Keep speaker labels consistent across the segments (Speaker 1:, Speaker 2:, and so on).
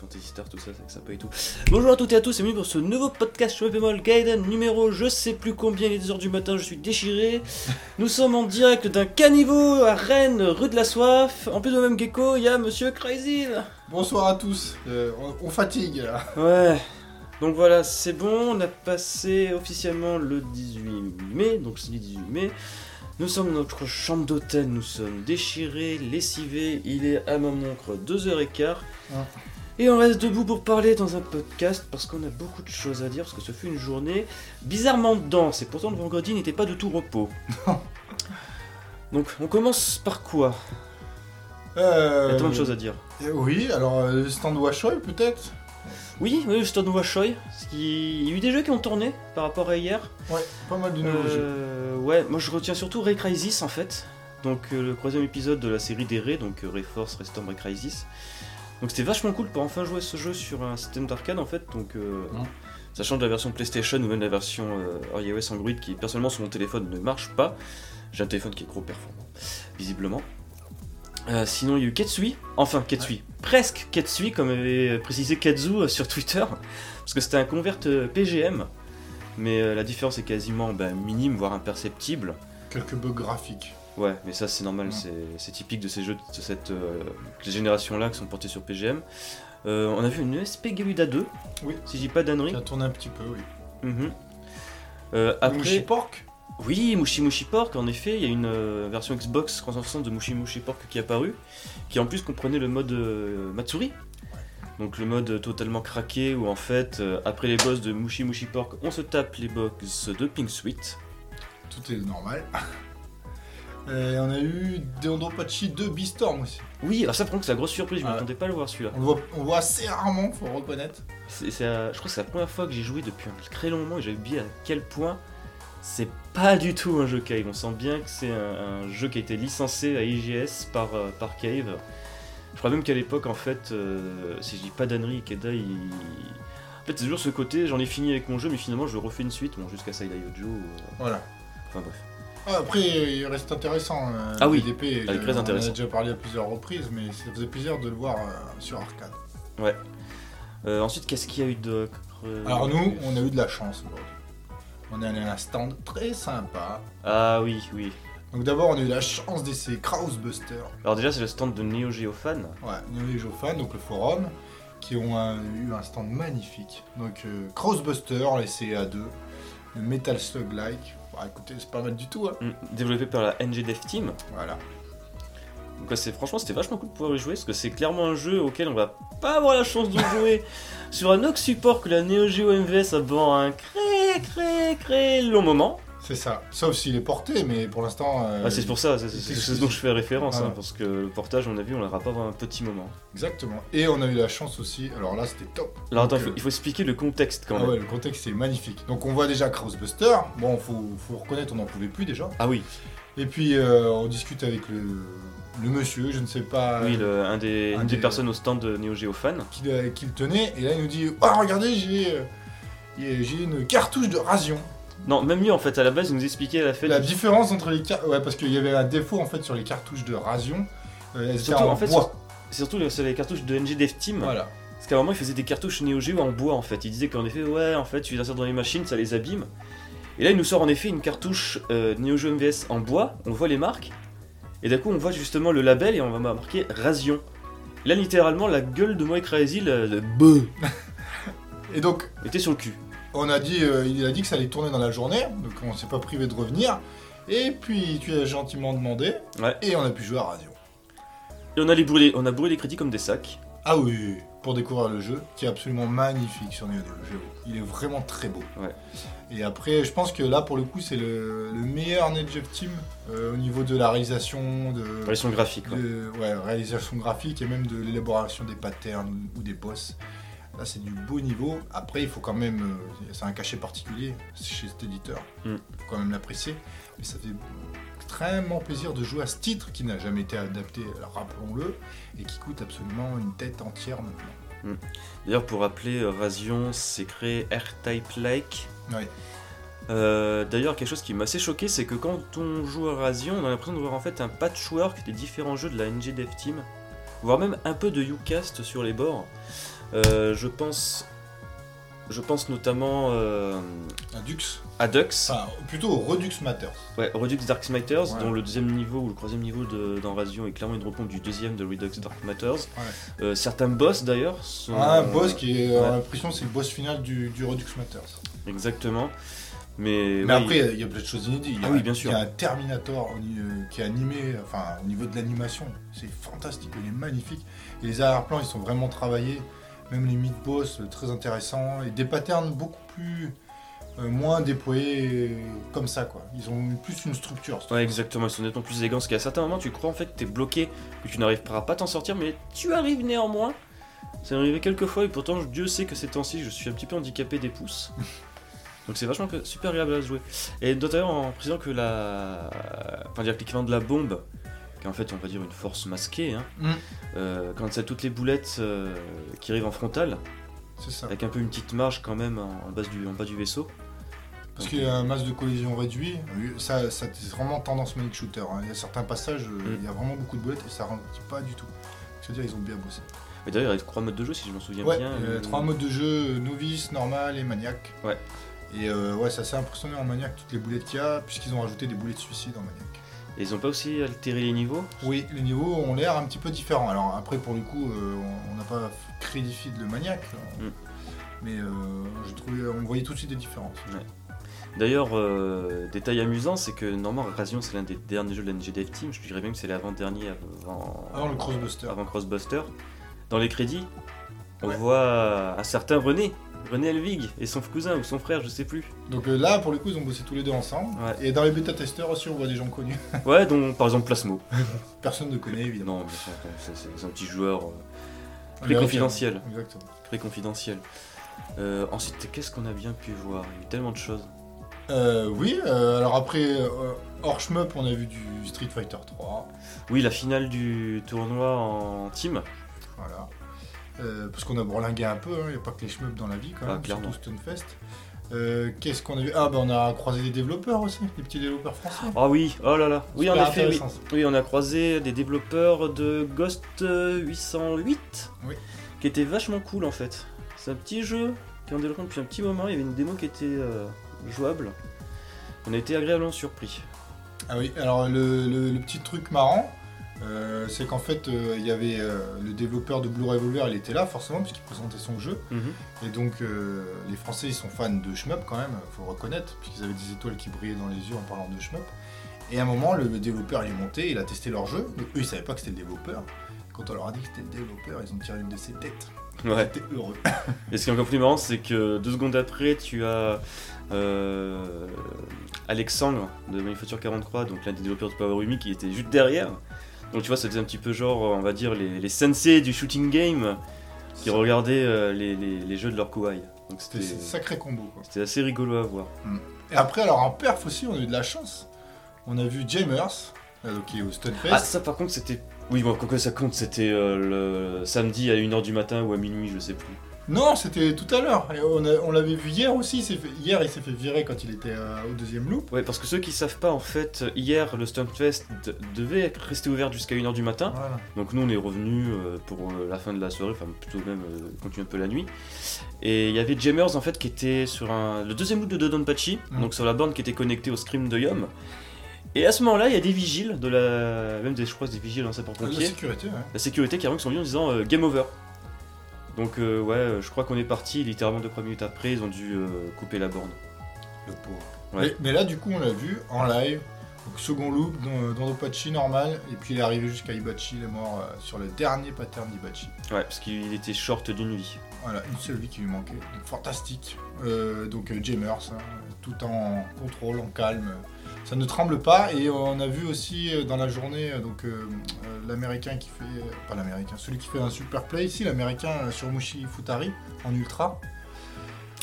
Speaker 1: Fantasy Star, tout ça, c'est sympa et tout. Bonjour à toutes et à tous et bienvenue pour ce nouveau podcast sur Pémol Gaiden numéro je sais plus combien, il est 2h du matin, je suis déchiré. Nous sommes en direct d'un caniveau à Rennes, rue de la Soif. En plus de même gecko, il y a monsieur Crazy. là.
Speaker 2: Bonsoir à tous, Euh, on, on fatigue là.
Speaker 1: Ouais. Donc voilà, c'est bon, on a passé officiellement le 18 mai, donc c'est le 18 mai. Nous sommes dans notre chambre d'hôtel, nous sommes déchirés, lessivés, il est à ma montre 2h15.
Speaker 2: Ah.
Speaker 1: Et on reste debout pour parler dans un podcast parce qu'on a beaucoup de choses à dire, parce que ce fut une journée bizarrement dense et pourtant le vendredi n'était pas de tout repos. Donc on commence par quoi Il y
Speaker 2: Euh,
Speaker 1: a tellement de choses à dire.
Speaker 2: euh, Oui, alors euh, le stand Washoy peut-être
Speaker 1: Oui, euh, oui, Stone Washoy, parce qu'il- il y a eu des jeux qui ont tourné par rapport à hier.
Speaker 2: Ouais, pas mal de nouveaux jeux.
Speaker 1: Euh, ouais, moi je retiens surtout Ray Crisis en fait. Donc euh, le troisième épisode de la série des Ray, donc euh, Ray Force, Ray Storm, Ray Crisis. Donc c'était vachement cool pour enfin jouer à ce jeu sur un système d'arcade en fait. Donc euh,
Speaker 2: Mm.
Speaker 1: ça change de la version PlayStation ou même de la version euh, iOS Android qui personnellement sur mon téléphone ne marche pas. J'ai un téléphone qui est gros performant, visiblement. Euh, sinon il y a eu Ketsui, enfin Ketsui, presque Ketsui comme avait précisé Katsu euh, sur Twitter, parce que c'était un convert euh, PGM mais euh, la différence est quasiment ben, minime, voire imperceptible.
Speaker 2: Quelques bugs graphiques.
Speaker 1: Ouais, mais ça c'est normal,
Speaker 2: Mm.
Speaker 1: c'est- c'est typique de ces jeux de cette euh, de ces générations-là qui sont portés sur PGM. Euh, on a vu une SP Galuda 2,
Speaker 2: Oui.
Speaker 1: si j'ai pas d'annerie.
Speaker 2: Qui a tourné un petit peu, oui.
Speaker 1: Euh, après,
Speaker 2: Mouchi Pork
Speaker 1: oui, Mushi Mushi Pork, en effet, il y a une euh, version Xbox 360 de Mushi Mushi Pork qui est apparue, qui en plus comprenait le mode euh, Matsuri. Donc le mode totalement craqué où en fait, euh, après les boss de Mushi Mushi Pork, on se tape les boss de Pink Sweet.
Speaker 2: Tout est normal. Et on a eu Deondropachi 2 Beastorm aussi.
Speaker 1: Oui, alors ça prend que c'est la grosse surprise, je
Speaker 2: Ah ouais.
Speaker 1: m'attendais pas à le voir celui-là.
Speaker 2: On le voit, on le voit assez rarement, faut le reconnaître.
Speaker 1: C'est- c'est la- je crois que c'est la première fois que j'ai joué depuis un très long moment et j'ai oublié à quel point c'est pas du tout un jeu Cave. On sent bien que c'est un, un jeu qui a été licencié à IGS par, euh, par Cave. Je crois même qu'à l'époque, en fait, euh, si je dis pas d'annerie, Ikeda, il... En fait, c'est toujours ce côté, j'en ai fini avec mon jeu, mais finalement, je refais une suite, bon, jusqu'à Sailai Yojo, ou, euh,
Speaker 2: Voilà.
Speaker 1: enfin bref.
Speaker 2: Ah, après, il reste intéressant. euh,
Speaker 1: Ah oui,
Speaker 2: DDP,
Speaker 1: ah, il est très
Speaker 2: on en
Speaker 1: intéressant.
Speaker 2: a déjà parlé à plusieurs reprises, mais ça faisait plaisir de le voir euh, sur arcade.
Speaker 1: Euh, ensuite, qu'est-ce qu'il y a eu de... euh,
Speaker 2: Alors nous, on a eu de la chance aujourd'hui. On est allé à un stand très sympa.
Speaker 1: Ah oui, oui.
Speaker 2: Donc d'abord, on a eu la chance d'essayer Krausbuster.
Speaker 1: Alors déjà, c'est le stand de Neo Geo Fan.
Speaker 2: Ouais, Neo et Jofan, donc le forum, qui ont un- eu un stand magnifique. Donc euh, Krausbuster, on l'a essayé à deux. Le Metal Slug Like. Bah écoutez, c'est pas mal du tout. Hein.
Speaker 1: Mm, développé par la NG Dev Team.
Speaker 2: Voilà.
Speaker 1: Donc ouais, c'est franchement c'était vachement cool de pouvoir y jouer parce que c'est clairement un jeu auquel on va pas avoir la chance de jouer sur un autre support que la Neo Geo MVS avant un cré cré cré long moment.
Speaker 2: C'est ça. Sauf s'il est porté, mais pour l'instant... euh,
Speaker 1: Ah, c'est pour ça, c'est c'est- c'est ce dont je fais référence
Speaker 2: Ah.
Speaker 1: hein, parce que le portage on a vu on l'aura pas avant un petit moment.
Speaker 2: Exactement. Et on a eu la chance aussi. Alors là, c'était top.
Speaker 1: Alors
Speaker 2: Donc,
Speaker 1: attends, il faut,
Speaker 2: euh,
Speaker 1: il faut expliquer le contexte quand
Speaker 2: Ah
Speaker 1: même.
Speaker 2: ouais, le contexte est magnifique. Donc on voit déjà Krausbuster. Bon, faut, faut reconnaître, on n'en pouvait plus déjà.
Speaker 1: Ah oui,
Speaker 2: Et puis euh, on discute avec le, le monsieur, je ne sais pas
Speaker 1: oui, le- un des,
Speaker 2: Ah un
Speaker 1: une des
Speaker 2: des-
Speaker 1: personnes au stand de Neo Geo Fan.
Speaker 2: qui, le- qui le tenait. Et là il nous dit Ah regardez, j'ai euh, j'ai une cartouche de Rasion.
Speaker 1: Non, même mieux en fait, à la base il nous expliquait à la fête.
Speaker 2: La différence entre les cartouches. Ouais, parce qu'il y avait un défaut en fait sur les cartouches de Rasion. Euh, elles étaient
Speaker 1: Surtout,
Speaker 2: en,
Speaker 1: en fait,
Speaker 2: bois.
Speaker 1: Surtout les, sur les cartouches de NG Dev Team.
Speaker 2: Voilà.
Speaker 1: Parce qu'à un moment, ils faisaient des cartouches Neo Geo en bois en fait. Ils disaient qu'en effet, ouais, en fait, tu les insères dans les machines, ça les abîme. Et là, il nous sort en effet une cartouche euh, Neo Geo MVS en bois, on voit les marques, et d'un coup, on voit justement le label et on va marquer Rasion. Là, littéralement, la gueule de Moïse Crazy, le, le beuh,
Speaker 2: Et donc
Speaker 1: était sur le cul.
Speaker 2: on a dit, euh, il a dit que ça allait tourner dans la journée, donc on s'est pas privé de revenir. Et puis tu as gentiment demandé,
Speaker 1: Ouais.
Speaker 2: et on a pu jouer à Rasion.
Speaker 1: Et on a, les brûlés, on a brûlé les crédits comme des sacs.
Speaker 2: Ah oui, pour découvrir le jeu, qui est absolument magnifique sur Neo Geo. Il est vraiment très beau.
Speaker 1: Ouais.
Speaker 2: Et après, je pense que là, pour le coup, c'est le, le meilleur Net Geo Team euh, au niveau de la réalisation, de,
Speaker 1: Relation graphique, quoi.
Speaker 2: de- ouais, réalisation graphique et même de l'élaboration des patterns ou des boss. Là, c'est du beau niveau. Après, il faut quand même. euh, c'est un cachet particulier chez cet éditeur.
Speaker 1: Mm.
Speaker 2: faut quand même l'apprécier. Mais ça fait extrêmement plaisir de jouer à ce titre qui n'a jamais été adapté, rappelons-le, et qui coûte absolument une tête entière maintenant.
Speaker 1: D'ailleurs, pour rappeler, euh, Rasion, c'est créé R-Type-like.
Speaker 2: Ouais.
Speaker 1: Euh, D'ailleurs, quelque chose qui m'a assez choqué, c'est que quand on joue à Razion, on a l'impression de voir en fait un patchwork des différents jeux de la NG Dev Team, voire même un peu de Ucast sur les bords. Euh, je pense. Je pense notamment euh,
Speaker 2: Un Dux.
Speaker 1: à Dux,
Speaker 2: Enfin, plutôt au Redux Matters.
Speaker 1: ouais, Redux Dark Smiters,
Speaker 2: Ah. Ouais.
Speaker 1: dont le deuxième niveau ou le troisième niveau de- d'invasion est clairement une repompe du deuxième de Redux Dark Matters. Euh, certains boss d'ailleurs sont.
Speaker 2: Un Ah, boss qui est, on a
Speaker 1: ouais.
Speaker 2: l'impression, que c'est le boss final du, du Redux Matters.
Speaker 1: Exactement. Mais,
Speaker 2: Mais
Speaker 1: ouais,
Speaker 2: après, il y a- il y a plein de choses inédites. Il y a-
Speaker 1: Ah oui, bien sûr.
Speaker 2: Il y a un Terminator au ni- euh, qui est animé, enfin, au niveau de l'animation. C'est fantastique, il est magnifique. Et les arrière-plans, ils sont vraiment travaillés. Même les mid-boss, euh, très intéressants. Et des patterns beaucoup plus. euh, moins déployés euh, comme ça, quoi. Ils ont eu plus une structure. c'est-
Speaker 1: Ouais, exactement, ils sont nettement plus élégants. Parce qu'à certains moments, tu crois en fait que t'es bloqué, que tu n'arriveras pas à t'en sortir, mais tu arrives néanmoins. Ça m'est arrivé quelques fois, et pourtant, Dieu sait que ces temps-ci, je suis un petit peu handicapé des pouces. Donc c'est vachement que- super agréable à jouer. Et notamment en précisant que la. Enfin, dire que l'équivalent de la bombe, qui est en fait, on va dire, une force masquée, hein,
Speaker 2: Mm.
Speaker 1: euh, quand c'est toutes les boulettes euh, qui arrivent en frontale,
Speaker 2: Ah. C'est ça.
Speaker 1: avec un peu une petite marge quand même en, en base du, en bas du vaisseau.
Speaker 2: Parce qu'il y a un masse de collision réduit, ça, ça c'est vraiment tendance Manic Shooter. hein. Il y a certains passages, euh,
Speaker 1: Mm.
Speaker 2: il y a vraiment beaucoup de boulettes et ça ralentit pas du tout. C'est-à-dire ils ont bien bossé.
Speaker 1: Et d'ailleurs, il y a trois modes de jeu, si je m'en souviens
Speaker 2: Ouais,
Speaker 1: bien.
Speaker 2: euh,
Speaker 1: Euh,
Speaker 2: trois modes de jeu, euh, novice, normal et maniaque.
Speaker 1: Ouais.
Speaker 2: Et euh, ouais, ça c'est impressionnant en maniaque, toutes les boulettes qu'il y a, puisqu'ils ont rajouté des boulettes de suicide en maniaque.
Speaker 1: Et ils ont pas aussi altéré les niveaux
Speaker 2: Oui, les niveaux ont l'air un petit peu différents. Alors après, pour le coup, euh, on- on n'a pas crédifié de le maniaque. on-
Speaker 1: Mm.
Speaker 2: Mais euh, j'ai trouvé, on voyait tout de suite des différences.
Speaker 1: D'ailleurs, euh, détail amusant, c'est que Normand Razion, c'est l'un des derniers jeux de la NGDF Team. Je dirais même que c'est l'avant-dernier avant,
Speaker 2: Avant le Crossbuster.
Speaker 1: avant Crossbuster. Dans les crédits, on
Speaker 2: Ouais.
Speaker 1: voit un certain René, René Elvig, et son cousin ou son frère, je sais plus.
Speaker 2: Donc euh, là, pour le coup, ils ont bossé tous les deux ensemble.
Speaker 1: Ouais.
Speaker 2: Et dans les bêta-testeurs aussi, on voit des gens connus.
Speaker 1: Ouais, dont par exemple Plasmo.
Speaker 2: Personne ne connaît, évidemment.
Speaker 1: Non, mais c'est- c'est c'est- c'est un petit joueur euh,
Speaker 2: Mais
Speaker 1: très confidentiel.
Speaker 2: ok, Exactement.
Speaker 1: Très confidentiel. Euh, ensuite, qu'est-ce qu'on a bien pu voir Il y a eu tellement de choses.
Speaker 2: Euh, oui, euh, alors après, euh, hors shmup, on a vu du Street Fighter 3.
Speaker 1: Oui, la finale du tournoi en team.
Speaker 2: Voilà. Euh, parce qu'on a bourlingué un peu, il n'y a pas que les shmups dans la vie quand
Speaker 1: Ah,
Speaker 2: même,
Speaker 1: clairement.
Speaker 2: surtout Stunfest. Euh, Qu'est-ce qu'on a vu Ah, bah on a croisé des développeurs aussi, des petits développeurs français.
Speaker 1: Ah oui, oh là là. Oui, en
Speaker 2: Super
Speaker 1: effet, oui.
Speaker 2: intéressant, ça.
Speaker 1: Oui, on a croisé des développeurs de Ghost euh, 808,
Speaker 2: Oui.
Speaker 1: qui était vachement cool en fait. C'est un petit jeu qui est en développement depuis un petit moment, il y avait une démo qui était euh, jouable. On a été agréablement surpris.
Speaker 2: Ah oui, alors le, le- le petit truc marrant, euh, c'est qu'en fait, euh, il y avait euh, le développeur de Blue Revolver, il était là forcément, puisqu'il présentait son jeu. Et donc, euh, les Français, ils sont fans de shmup quand même, faut le reconnaître, puisqu'ils avaient des étoiles qui brillaient dans les yeux en parlant de shmup. Et à un moment, le, le développeur, il est monté, il a testé leur jeu, mais eux, ils savaient pas que c'était le développeur. Quand on leur a dit que c'était le développeur, ils ont tiré une de ses têtes.
Speaker 1: Ouais.
Speaker 2: C'était heureux.
Speaker 1: Et ce qui est encore plus marrant, c'est que deux secondes après, tu as euh, Alexandre de Manufacture 43, donc l'un des développeurs de Power Umi, qui était juste derrière. Donc tu vois, ça faisait un petit peu genre, on va dire, les, les sensei du shooting game qui regardaient euh, les, les- les jeux de leur kawaii. Donc
Speaker 2: C'était c'est un sacré combo. Quoi.
Speaker 1: C'était assez rigolo à voir.
Speaker 2: Et après, alors en perf aussi, on a eu de la chance. On a vu Jamers, euh, qui est au Stunfest.
Speaker 1: Ah, ça par contre, c'était. Oui, bon, quoi ça compte, c'était euh, le samedi à 1h du matin ou à minuit, je sais plus.
Speaker 2: Non, c'était tout à l'heure. Et On, a- on l'avait vu hier aussi. il s'est fait- hier, il s'est fait virer quand il était euh, au deuxième loop.
Speaker 1: Ouais, parce que ceux qui savent pas, en fait, hier, le Stumpfest de- devait être- rester ouvert jusqu'à 1h du matin.
Speaker 2: Voilà.
Speaker 1: Donc nous, on est revenu pour euh, la fin de la soirée, enfin plutôt même euh, continuer un peu la nuit. Et il y avait Jammers, en fait, qui était sur un- le deuxième loop de Dodonpachi,
Speaker 2: Mm.
Speaker 1: donc sur la borne qui était connectée au Scream de Yom. Et à ce moment-là, il y a des vigiles, de la... même des, je crois, des vigiles en
Speaker 2: La
Speaker 1: sapeurs-pompiers,
Speaker 2: sécurité, ouais.
Speaker 1: la sécurité qui arrive qui sont venus en disant euh, game over. Donc euh, ouais, euh, je crois qu'on est parti littéralement deux trois minutes après, ils ont dû euh, couper la borne.
Speaker 2: Le pauvre.
Speaker 1: Ouais.
Speaker 2: Mais, mais là, du coup, on l'a vu en live. Donc, second loop, dans, dans Opachi normal. Et puis, il est arrivé jusqu'à Ibachi. Il est mort euh, sur le dernier pattern d'Ibachi.
Speaker 1: Ouais, parce qu'il était short d'une vie.
Speaker 2: Voilà, une seule vie qui lui manquait. Donc, fantastique. Euh, donc, euh, Jamers, hein, tout en contrôle, en calme. Ça ne tremble pas. Et on a vu aussi euh, dans la journée, euh, donc, euh, euh, l'américain qui fait. euh, pas l'américain, celui qui fait un super play ici, l'américain euh, sur Mushi Futari en ultra.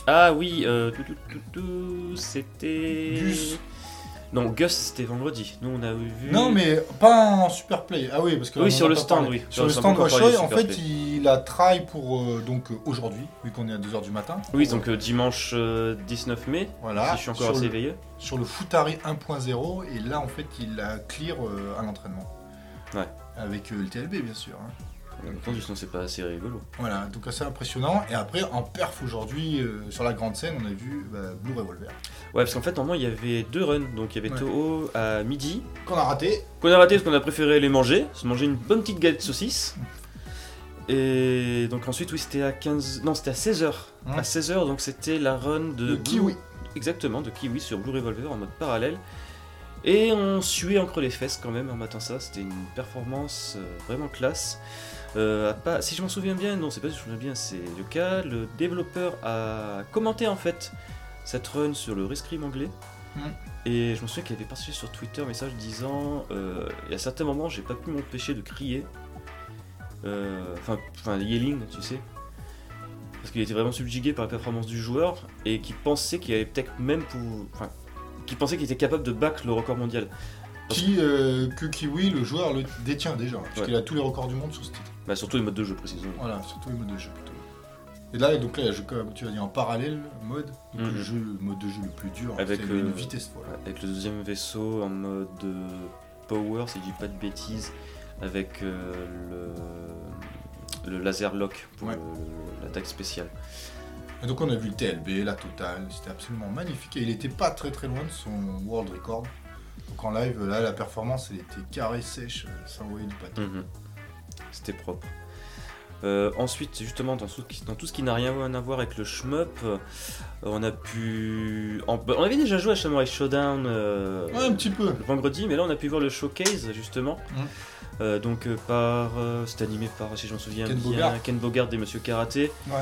Speaker 1: Ah oui, euh, tout, tout, tout, tout, c'était...
Speaker 2: Gus.
Speaker 1: Non, Gus, c'était vendredi. Nous, on a vu...
Speaker 2: Non, mais pas en super play. Ah oui, parce que.
Speaker 1: Oui,
Speaker 2: on
Speaker 1: sur
Speaker 2: en a
Speaker 1: le
Speaker 2: pas
Speaker 1: stand,
Speaker 2: parlé.
Speaker 1: oui.
Speaker 2: Sur le
Speaker 1: on a
Speaker 2: stand
Speaker 1: encore parlé
Speaker 2: Washoy,
Speaker 1: du
Speaker 2: en
Speaker 1: Super
Speaker 2: fait,
Speaker 1: Play.
Speaker 2: il a try pour euh, donc euh, aujourd'hui, vu qu'on est à 2h du matin.
Speaker 1: Oui, donc euh, dimanche euh, 19 mai,
Speaker 2: Voilà,
Speaker 1: si je suis encore assez
Speaker 2: Ah, sur, le,
Speaker 1: éveillé.
Speaker 2: sur le Futari 1.0, et là en fait il a clear euh, à l'entraînement.
Speaker 1: Ouais.
Speaker 2: Avec euh, le TLB bien sûr. hein.
Speaker 1: En même temps, sinon, c'est pas assez rigolo.
Speaker 2: Voilà, donc assez impressionnant. Et après, en perf aujourd'hui, euh, sur la grande scène, on a vu bah, Blue Revolver.
Speaker 1: Ouais, parce qu'en fait, en moins, il y avait deux runs. Donc, il y avait
Speaker 2: Ouais.
Speaker 1: Toho à midi,
Speaker 2: Qu'on a raté.
Speaker 1: qu'on a raté parce qu'on a préféré les manger, se manger une bonne petite galette de saucisse. Et donc ensuite, oui, c'était à 15... Non, c'était à 16h.
Speaker 2: Hein.
Speaker 1: À 16h, donc c'était la run de...
Speaker 2: le
Speaker 1: Euh, Blue-
Speaker 2: kiwi.
Speaker 1: Exactement, de Kiwi sur Blue Revolver en mode parallèle. Et on suait entre les fesses quand même en matin ça, c'était une performance euh, vraiment classe. Euh, à pas- Si je m'en souviens bien, non c'est pas si je me souviens bien, c'est le cas, le développeur a commenté en fait cette run sur le rescrim anglais.
Speaker 2: Mhm.
Speaker 1: Et je me souviens qu'il avait partagé sur Twitter un message disant euh, Et à certains moments j'ai pas pu m'empêcher de crier. Euh, Enfin, enfin yelling, tu sais parce qu'il était vraiment subjugué par la performance du joueur et qui pensait qu'il avait peut-être même pour, enfin, qui pensait qu'il était capable de battre le record mondial.
Speaker 2: Qui, euh, que Kiwi, le joueur, le détient déjà. hein, Parce
Speaker 1: Ouais.
Speaker 2: qu'il a tous les records du monde sur ce titre.
Speaker 1: Bah surtout les modes de jeu précisons.
Speaker 2: Voilà, surtout les modes de jeu plutôt. Et là, donc là, il y a, je- comme tu l'as dit, en parallèle mode. Donc
Speaker 1: Mhm.
Speaker 2: le, jeu, le mode de jeu le plus dur.
Speaker 1: Avec
Speaker 2: c'est
Speaker 1: le-
Speaker 2: une vitesse folle.
Speaker 1: Avec le deuxième vaisseau en mode euh, power, si je dis pas de bêtises, avec euh, le, le laser lock pour
Speaker 2: Ouais.
Speaker 1: le- l'attaque spéciale.
Speaker 2: Et donc on a vu le TLB, la totale, c'était absolument magnifique. Et il était pas très très loin de son world record. Donc en live, là, la performance, elle était carrée, sèche, euh, ça envoyait du pâté.
Speaker 1: Mhm. C'était propre. Euh, ensuite, justement, dans tout, dans tout ce qui n'a rien à voir avec le shmup, euh, on a pu. en- bah, on avait déjà joué à Samurai Showdown euh,
Speaker 2: Ouais, un petit peu.
Speaker 1: le vendredi, mais là on a pu voir le showcase justement.
Speaker 2: Mhm.
Speaker 1: Euh, donc euh, par, euh, c'est animé par, si je m'en souviens
Speaker 2: Ken
Speaker 1: bien,
Speaker 2: Bogard.
Speaker 1: Ken Bogard et Monsieur Karaté,
Speaker 2: Ouais.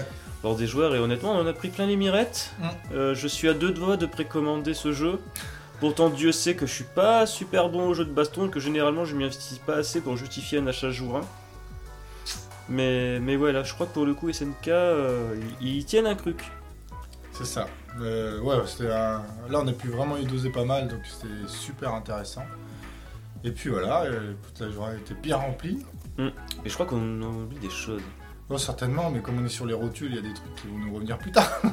Speaker 1: bord des joueurs. Et honnêtement, on en a pris plein les mirettes.
Speaker 2: Mhm.
Speaker 1: Euh, je suis à deux doigts de précommander ce jeu. Pourtant, Dieu sait que je suis pas super bon au jeu de baston, que généralement je m'y investis pas assez pour justifier un achat jour 1. Mais, mais voilà, je crois que pour le coup, SNK, euh, ils ils tiennent un truc.
Speaker 2: C'est ça. Euh, ouais, c'était un- là on a pu vraiment y doser pas mal, donc c'était super intéressant. Et puis voilà, euh, toute la journée était bien remplie.
Speaker 1: Et je crois qu'on oublie des choses.
Speaker 2: Bon, certainement, mais comme on est sur les rotules, il y a des trucs qui vont nous revenir plus tard.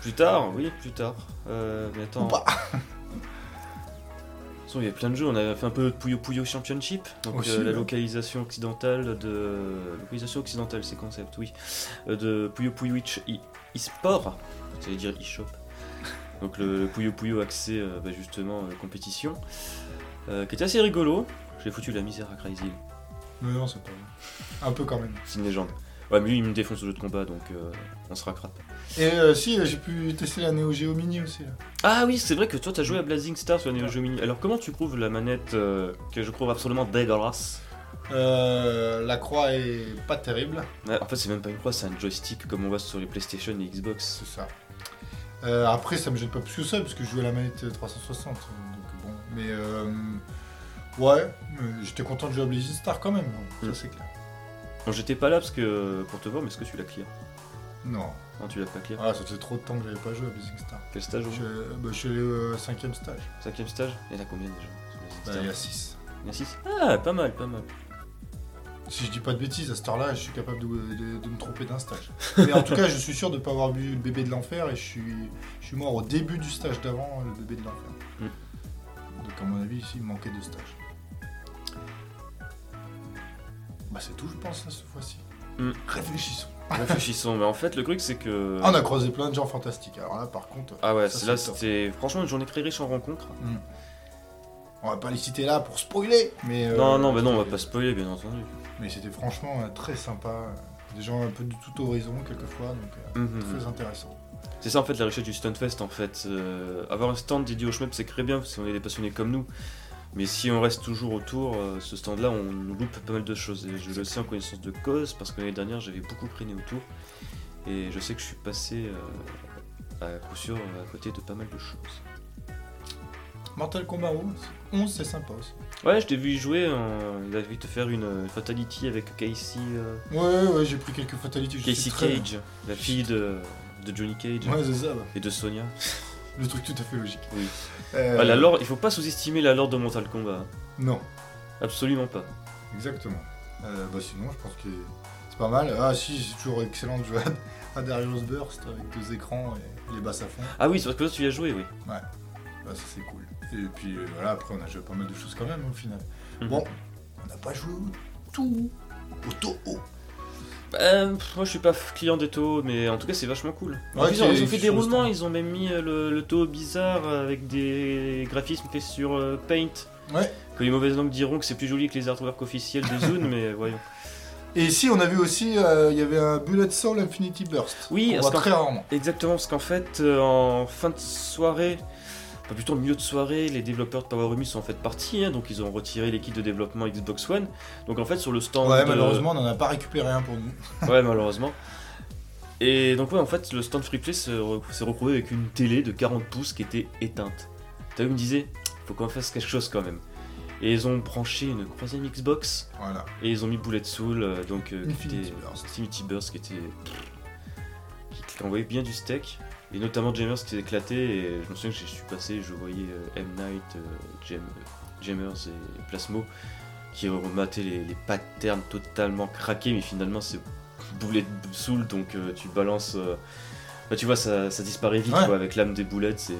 Speaker 1: Plus tard, oui, plus tard. Euh, mais attends.
Speaker 2: Ou pas.
Speaker 1: De toute façon, il y a plein de jeux. On avait fait un peu de Puyo Puyo Championship, donc
Speaker 2: Aussi,
Speaker 1: euh, la
Speaker 2: ouais.
Speaker 1: localisation occidentale de localisation occidentale, c'est concept, oui, Euh, de Puyo Puyo Itch- I- e-sport, j'allais dire e-shop. Donc le, le Puyo Puyo axé euh, bah, justement euh, compétition, euh, qui était assez rigolo. J'ai foutu la misère à Crazy,
Speaker 2: Mais non, c'est pas vrai. Un peu quand même.
Speaker 1: c'est une légende. Ouais, mais lui il me défonce au jeu de combat, donc euh, on se rattrape.
Speaker 2: Et euh, si, j'ai pu tester la Neo Geo Mini aussi. Là.
Speaker 1: Ah oui, c'est vrai que toi t'as joué à Blazing Star sur la Neo Geo Mini. Alors comment tu trouves la manette euh, que je trouve absolument dégueulasse
Speaker 2: Euh, la croix est pas terrible.
Speaker 1: Ouais, Ah, En fait, c'est même pas une croix, c'est un joystick comme on voit sur les PlayStation et Xbox.
Speaker 2: C'est ça. Euh, après, ça me gêne pas plus que ça, parce que je joue à la manette 360. euh, Donc bon. Mais euh, ouais, euh, j'étais content de jouer à Blazing Star quand même. donc
Speaker 1: Mm.
Speaker 2: Ça, c'est clair.
Speaker 1: Bon, j'étais pas là parce que pour te voir, mais est-ce que tu l'as clear
Speaker 2: Non.
Speaker 1: Non, tu l'as pas clear.
Speaker 2: Ah, ça faisait trop de temps que j'avais pas joué à Blazing Star.
Speaker 1: Quel stage au
Speaker 2: Je, bah, je suis allé au cinquième stage.
Speaker 1: Cinquième stage Il y en a combien déjà sur Blazing
Speaker 2: Bah,
Speaker 1: Star
Speaker 2: il y a 6.
Speaker 1: Il y en a six Ah, pas mal, pas mal.
Speaker 2: Si je dis pas de bêtises, à cette heure-là, je suis capable de, de- de me tromper d'un stage. Mais en tout cas, je suis sûr de ne pas avoir bu le bébé de l'enfer et je suis, je suis mort au début du stage d'avant le bébé de l'enfer.
Speaker 1: Mm.
Speaker 2: Donc, à mon avis, ici, il manquait de stage. Bah, c'est tout, je pense, là, cette fois-ci.
Speaker 1: Mm.
Speaker 2: Réfléchissons.
Speaker 1: Réfléchissons, mais Bah, en fait, le truc c'est que.
Speaker 2: Ah, on a croisé plein de gens fantastiques. Alors là, par contre,
Speaker 1: Ah ouais,
Speaker 2: Ça,
Speaker 1: c'est là
Speaker 2: c'est top.
Speaker 1: c'était franchement une journée très riche en rencontres.
Speaker 2: on va pas les citer là pour spoiler, mais. euh,
Speaker 1: non, non, bah non, on va
Speaker 2: c'était-
Speaker 1: pas spoiler, bien entendu.
Speaker 2: Mais c'était franchement euh, très sympa. Des gens un peu de tout horizon, quelquefois, donc euh,
Speaker 1: Mhm.
Speaker 2: très intéressant.
Speaker 1: C'est ça en fait la richesse du Stunfest en fait. Euh, avoir un stand dédié au shmup c'est très bien parce qu'on est des passionnés comme nous. Mais si on reste toujours autour, euh, ce stand là on loupe pas mal de choses. Et je le sais en connaissance de cause parce que l'année dernière j'avais beaucoup traîné autour. Et je sais que je suis passé euh, à coup sûr à côté de pas mal de choses.
Speaker 2: Mortal Kombat 11, 11 c'est sympa aussi.
Speaker 1: Ouais, je t'ai vu y jouer, en- il a vu te faire une euh, fatality avec Casey, euh,
Speaker 2: Ouais, ouais, ouais, j'ai pris quelques fatalités. je sais
Speaker 1: Casey
Speaker 2: très
Speaker 1: Cage, la fille de, de Johnny Cage
Speaker 2: bien. Ouais, c'est ça, bah.
Speaker 1: et de Sonia.
Speaker 2: le truc tout à fait logique.
Speaker 1: Oui.
Speaker 2: Euh,
Speaker 1: Ah, la lore, il faut pas sous-estimer la lore de Mortal Kombat, hein.
Speaker 2: Non,
Speaker 1: absolument pas.
Speaker 2: exactement. Euh, bah sinon, je pense que c'est pas mal. Ah si, c'est toujours excellent de jouer à Darius Burst avec deux écrans et les basses à fond.
Speaker 1: Ah oui, c'est parce que toi tu y as joué, oui.
Speaker 2: Bah, ça c'est cool. Et puis euh, voilà, après on a joué à pas mal de choses quand même au final.
Speaker 1: Mhm.
Speaker 2: Bon, on n'a pas joué au tout. au Toho.
Speaker 1: Euh, pff, moi je suis pas f- client des Toho, mais en tout cas c'est vachement cool. En
Speaker 2: Ouais,
Speaker 1: plus, ils, ont,
Speaker 2: c'est-
Speaker 1: ils ont fait
Speaker 2: c'est
Speaker 1: des roulements,
Speaker 2: frustrant.
Speaker 1: ils ont même mis euh, le, le Toho bizarre euh, avec des graphismes faits sur euh, Paint.
Speaker 2: Ouais.
Speaker 1: Que les mauvaises langues diront que c'est plus joli que les artworks officiels de Zune, mais euh, voyons.
Speaker 2: Et ici, on a vu aussi, euh, il y avait un Bullet Soul Infinity Burst.
Speaker 1: Oui,
Speaker 2: on
Speaker 1: parce
Speaker 2: voit
Speaker 1: qu'en
Speaker 2: très rarement.
Speaker 1: Exactement, parce qu'en fait, euh, en fin de soirée, enfin plutôt au milieu de soirée, les développeurs de Power Rumi sont en fait partis, hein, donc ils ont retiré les kits de développement Xbox One. Donc en fait, sur le stand.
Speaker 2: Ouais,
Speaker 1: de-
Speaker 2: malheureusement, on n'en a pas récupéré un pour nous.
Speaker 1: Ouais, malheureusement. Et donc, ouais, en fait, le stand Free Play se re- s'est retrouvé avec une télé de 40 pouces qui était éteinte. T'as vu, ils me disait, faut qu'on fasse quelque chose quand même. Et ils ont branché une troisième Xbox
Speaker 2: Voilà.
Speaker 1: et ils ont mis Bullet Soul, euh, donc euh, qui
Speaker 2: Infinity
Speaker 1: était-
Speaker 2: Burst.
Speaker 1: Timothy Burst qui était. qui, qui envoyait bien du steak. Et notamment Jamers qui s'est éclaté. Et je me souviens que je suis passé, je voyais euh, M. Night, euh, Jam- euh, Jamers et Plasmo qui remataient les, les patterns totalement craqués. Mais finalement, c'est boulet de soul. Donc euh, tu balances. euh, bah, tu vois, ça, ça disparaît vite
Speaker 2: Ouais.
Speaker 1: quoi, avec l'âme des boulettes. C'est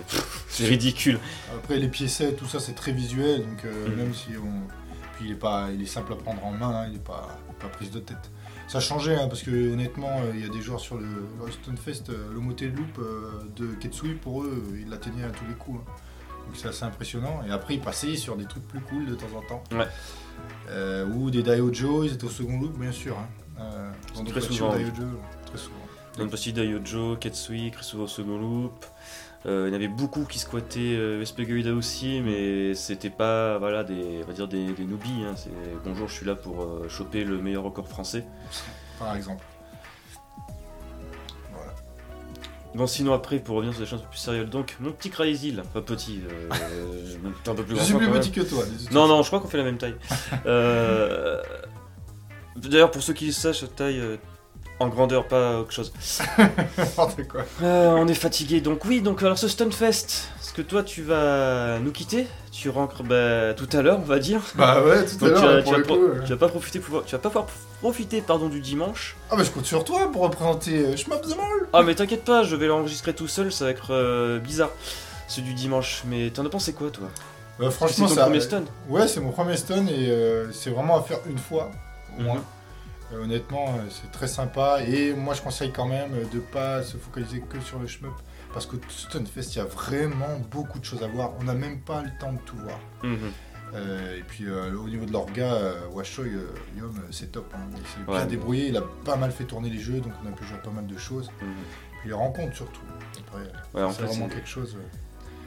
Speaker 1: c'est ridicule.
Speaker 2: Après, les piécets, tout ça, c'est très visuel, donc euh,
Speaker 1: Mhm.
Speaker 2: même si on. Puis il est, pas, il est simple à prendre en main, hein, il n'est pas, pas prise de tête. Ça changeait, hein, parce que honnêtement, euh, il y a des joueurs sur le, le Houston Fest, euh, le moté de loop euh, de Ketsui, pour eux, euh, ils l'atteignaient à tous les coups. hein. Donc c'est assez impressionnant. Et après, ils passaient sur des trucs plus cool de temps en temps.
Speaker 1: Ouais.
Speaker 2: Euh, ou des Daiojo, ils étaient au second loop, bien sûr. hein. Euh, dans
Speaker 1: Très
Speaker 2: d'autres versions
Speaker 1: souvent, oui.
Speaker 2: Daiojo, très souvent.
Speaker 1: Donc aussi Daiojo, Ketsui, Krisuo Second Loop. Euh, il y en avait beaucoup qui squattaient euh, SP Guerrilla aussi, mais c'était pas voilà, des, on va dire des, des newbies. hein. C'est bonjour, je suis là pour euh, choper le meilleur record français.
Speaker 2: Par exemple.
Speaker 1: Bon, sinon, après, pour revenir sur des choses un peu plus sérieuses, donc mon petit Crazy, enfin petit, euh, euh, t'es un peu plus
Speaker 2: Je
Speaker 1: grand.
Speaker 2: suis
Speaker 1: que moi,
Speaker 2: plus
Speaker 1: quand même.
Speaker 2: petit que toi. désolé.
Speaker 1: Non, non, je crois qu'on fait la même taille. Euh, D'ailleurs, pour ceux qui le sachent, taille euh, en grandeur, pas autre chose.
Speaker 2: N'importe quoi.
Speaker 1: Euh, on est fatigué, donc oui, donc alors ce Stunfest, parce que toi tu vas nous quitter, tu rentres bah, tout à l'heure on va dire.
Speaker 2: Bah ouais, tout à
Speaker 1: Donc, tu, vas,
Speaker 2: l'heure,
Speaker 1: tu
Speaker 2: pour
Speaker 1: vas
Speaker 2: le
Speaker 1: pro-
Speaker 2: coup. euh.
Speaker 1: tu vas pas profiter pouvoir- tu vas pas pouvoir profiter pardon du dimanche.
Speaker 2: Ah bah je compte sur toi pour représenter euh, Shmup the Mall.
Speaker 1: Ah mais t'inquiète pas, je vais l'enregistrer tout seul, ça va être euh, bizarre. C'est du dimanche, mais t'en as pensé quoi toi
Speaker 2: Euh,
Speaker 1: Parce que
Speaker 2: franchement,
Speaker 1: c'est ton
Speaker 2: ça.
Speaker 1: premier stun.
Speaker 2: Ouais, c'est mon premier stun et euh, c'est vraiment à faire une fois, au
Speaker 1: Mhm.
Speaker 2: moins. Euh, honnêtement, euh, c'est très sympa et moi je conseille quand même euh, de pas se focaliser que sur le shmup parce que Stunfest, il y a vraiment beaucoup de choses à voir. On n'a même pas le temps de tout voir.
Speaker 1: Mhm.
Speaker 2: Euh, et puis euh, au niveau de l'orga, euh, Washoy, euh, Yom, euh, c'est top. hein. Il s'est
Speaker 1: Ouais,
Speaker 2: bien
Speaker 1: mais-
Speaker 2: débrouillé, il a pas mal fait tourner les jeux, donc on a pu jouer à pas mal de choses.
Speaker 1: Mhm.
Speaker 2: Puis les rencontres surtout. Après,
Speaker 1: Ouais, en
Speaker 2: c'est
Speaker 1: fait,
Speaker 2: vraiment
Speaker 1: c'est-
Speaker 2: quelque chose. ouais.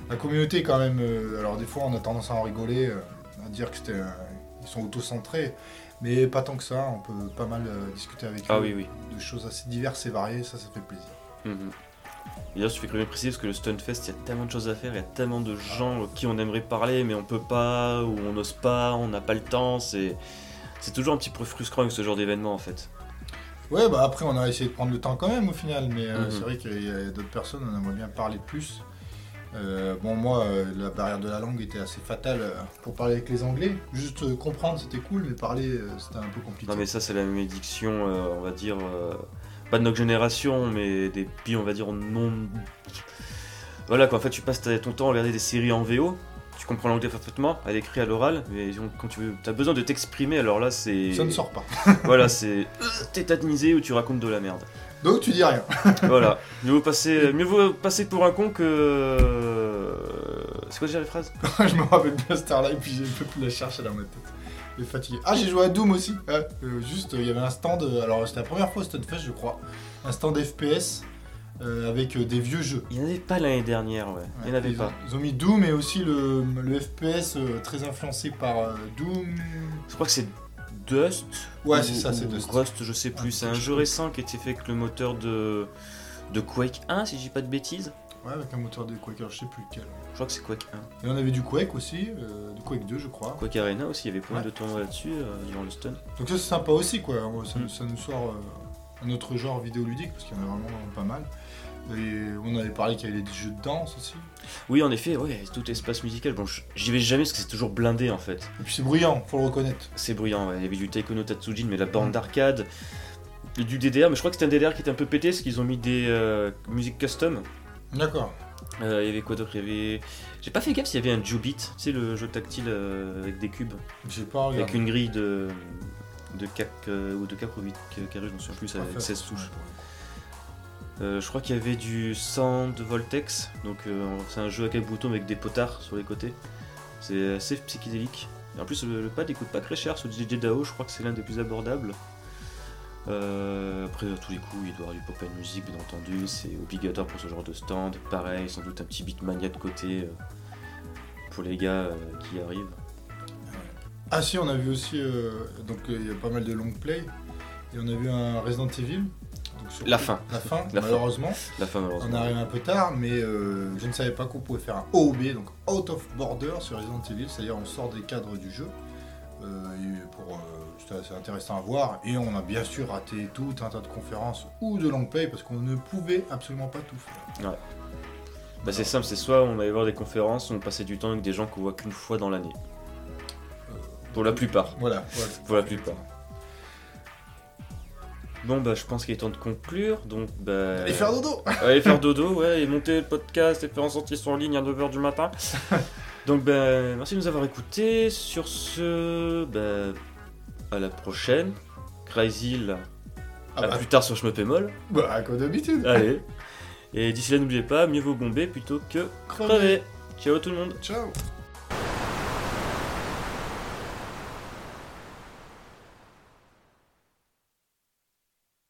Speaker 2: La communauté, est quand même. euh, alors, des fois, on a tendance à en rigoler, euh, à dire que c'était. un- ils sont auto-centrés, mais pas tant que ça. On peut pas mal euh, discuter avec
Speaker 1: Ah
Speaker 2: eux
Speaker 1: oui, oui.
Speaker 2: de choses assez diverses et variées. Ça, ça fait plaisir.
Speaker 1: Mhm. D'ailleurs, je fais quand même préciser parce que le Stunfest, il y a tellement de choses à faire, il y a tellement de
Speaker 2: Ah.
Speaker 1: gens qui on aimerait parler, mais on peut pas, ou on n'ose pas, on n'a pas le temps. C'est c'est toujours un petit peu frustrant avec ce genre d'événement en fait.
Speaker 2: Ouais, bah après, on a essayé de prendre le temps quand même au final, mais euh,
Speaker 1: Mhm.
Speaker 2: c'est vrai qu'il y a d'autres personnes, on aimerait bien parler plus. Euh, bon, moi, euh, la barrière de la langue était assez fatale euh, pour parler avec les Anglais. Juste euh, comprendre, c'était cool, mais parler, euh, c'était un peu compliqué.
Speaker 1: Non, mais ça, c'est la médiction, euh, on va dire, euh, pas de notre génération, mais des pays, on va dire, non. Voilà quoi, en fait, tu passes ta- ton temps à regarder des séries en VO. Tu comprends l'anglais parfaitement, à l'écrit, à l'oral, mais quand tu as besoin de t'exprimer, alors là c'est.
Speaker 2: Ça ne sort pas.
Speaker 1: Voilà, c'est euh, tétanisé ou tu racontes de la merde.
Speaker 2: Donc, tu dis rien.
Speaker 1: Voilà, mieux vaut passer, mieux vaut passer pour un con que. euh, C'est quoi déjà les phrases
Speaker 2: je me rappelle bien Starlight, puis je peux plus la chercher dans ma tête. Je suis fatigué. Ah, j'ai joué à Doom aussi. Ouais, euh, juste, euh, il y avait un stand. euh, alors, c'était la première fois au Stunfest, je crois. Un stand FPS euh, avec euh, des vieux jeux.
Speaker 1: Il n'y en avait pas l'année dernière, ouais. Il n'y en avait
Speaker 2: ils, ont-
Speaker 1: pas.
Speaker 2: ils ont mis Doom et aussi le, le FPS euh, très influencé par euh, Doom.
Speaker 1: Je crois que c'est Dust.
Speaker 2: Ouais,
Speaker 1: ou-
Speaker 2: c'est ça, c'est
Speaker 1: ou
Speaker 2: Dust.
Speaker 1: Rust, je sais plus.
Speaker 2: Ah,
Speaker 1: c'est un
Speaker 2: je-
Speaker 1: jeu récent qui a été fait avec le moteur de. de Quake 1, si je dis pas de bêtises.
Speaker 2: Ouais, avec un moteur de Quake, alors je sais plus lequel.
Speaker 1: Je crois que c'est Quake 1.
Speaker 2: Et on avait du Quake aussi, euh, du Quake 2, je crois.
Speaker 1: Quake Arena aussi, il y avait pas mal
Speaker 2: Ouais.
Speaker 1: de tournois là-dessus euh, durant le stun.
Speaker 2: Donc ça c'est sympa aussi quoi, ça,
Speaker 1: Mm.
Speaker 2: ça nous sort euh, un autre genre vidéoludique parce qu'il y en a vraiment pas mal. Et on avait parlé qu'il y avait des jeux de danse aussi.
Speaker 1: Oui, en effet, ouais, tout espace musical. Bon, je- j'y vais jamais parce que c'est toujours blindé en fait.
Speaker 2: Et puis c'est bruyant, faut le reconnaître.
Speaker 1: C'est bruyant, ouais. il y avait du Taiko no Tatsujin, mais la bande d'arcade, du DDR, mais je crois que c'était un DDR qui était un peu pété, parce qu'ils ont mis des euh, musiques custom.
Speaker 2: D'accord.
Speaker 1: Euh, il y avait quoi d'autre Il y avait... J'ai pas fait gaffe s'il y avait un Jubit, tu sais, le jeu tactile euh, avec des cubes,
Speaker 2: J'ai pas regardé.
Speaker 1: avec une grille de... de 4 euh, ou de 4 ou 8 carrés, je ne me souviens plus, avec 16 touches. Euh, je crois qu'il y avait du 100 de Voltex, donc euh, c'est un jeu à quatre boutons avec des potards sur les côtés. C'est assez psychédélique. Et en plus, le, le pad il coûte pas très cher, ce DJ DAO, je crois que c'est l'un des plus abordables. Euh, après, à tous les coups, il doit y avoir du pop and music, bien entendu, c'est obligatoire pour ce genre de stand. Pareil, sans doute un petit beatmania de côté euh, pour les gars euh, qui arrivent.
Speaker 2: Ah si, on a vu aussi, euh, donc euh, il y a pas mal de long play, et on a vu un Resident Evil. donc sur-
Speaker 1: La fin,
Speaker 2: La fin,
Speaker 1: La fin.
Speaker 2: malheureusement.
Speaker 1: la fin
Speaker 2: On
Speaker 1: malheureusement.
Speaker 2: arrive un peu tard, mais euh, je ne savais pas qu'on pouvait faire un OOB, donc Out of Border sur Resident Evil, c'est-à-dire on sort des cadres du jeu. Euh, et pour, euh, C'était assez intéressant à voir. Et on a bien sûr raté tout un tas de conférences ou de long play parce qu'on ne pouvait absolument pas tout faire.
Speaker 1: Bah, c'est simple, c'est soit on allait voir des conférences, on passait du temps avec des gens qu'on voit qu'une fois dans l'année. Pour la plupart.
Speaker 2: Voilà. ouais.
Speaker 1: Pour la plupart. Bon bah je pense qu'il est temps de conclure, donc bah...
Speaker 2: Et faire dodo
Speaker 1: Allez faire dodo, ouais, et monter le podcast et faire en sorte qu'ils soient en ligne à 9h du matin. Donc, ben, merci de nous avoir écoutés. Sur ce, ben, à la prochaine. Crazy, là,
Speaker 2: ah
Speaker 1: à
Speaker 2: bah,
Speaker 1: plus tard sur Je me pémol.
Speaker 2: bah, comme d'habitude.
Speaker 1: Allez. Et d'ici là, n'oubliez pas, mieux vaut bomber plutôt que crever. Ciao tout le monde.
Speaker 2: Ciao